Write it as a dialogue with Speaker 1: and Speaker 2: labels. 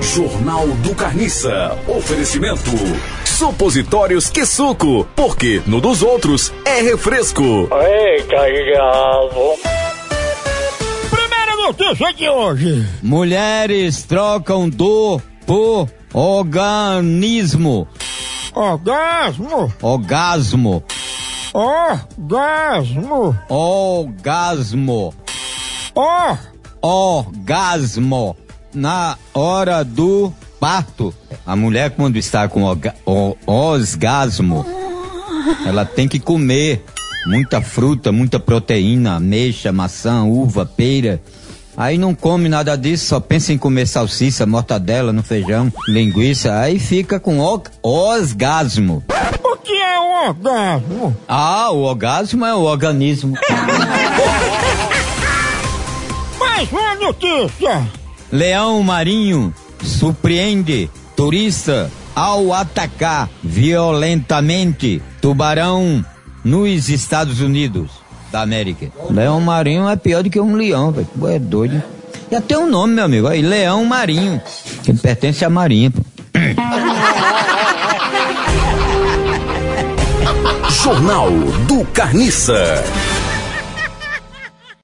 Speaker 1: Jornal do Carniça. Oferecimento. Supositórios que suco, porque no dos outros é refresco.
Speaker 2: Recarregado.
Speaker 3: Primeira notícia de hoje.
Speaker 4: Mulheres trocam dor por organismo.
Speaker 3: Orgasmo.
Speaker 4: Orgasmo.
Speaker 3: Orgasmo.
Speaker 4: Orgasmo.
Speaker 3: Ó.
Speaker 4: Orgasmo. Na hora do parto. A mulher quando está com orga- o- orgasmo, ela tem que comer muita fruta, muita proteína, ameixa, maçã, uva, peira. Aí não come nada disso, só pensa em comer salsicha, mortadela no feijão, linguiça, aí fica com o- orgasmo.
Speaker 3: O que é um orgasmo?
Speaker 4: Ah, o orgasmo é o organismo.
Speaker 3: Mais uma notícia.
Speaker 4: Leão Marinho surpreende turista ao atacar violentamente tubarão nos Estados Unidos da América. Leão Marinho é pior do que um leão, velho. Pô, É doido. Já tem um nome, meu amigo. Aí, Leão Marinho. Que pertence à Marinha. pô.
Speaker 1: Jornal do Carniça.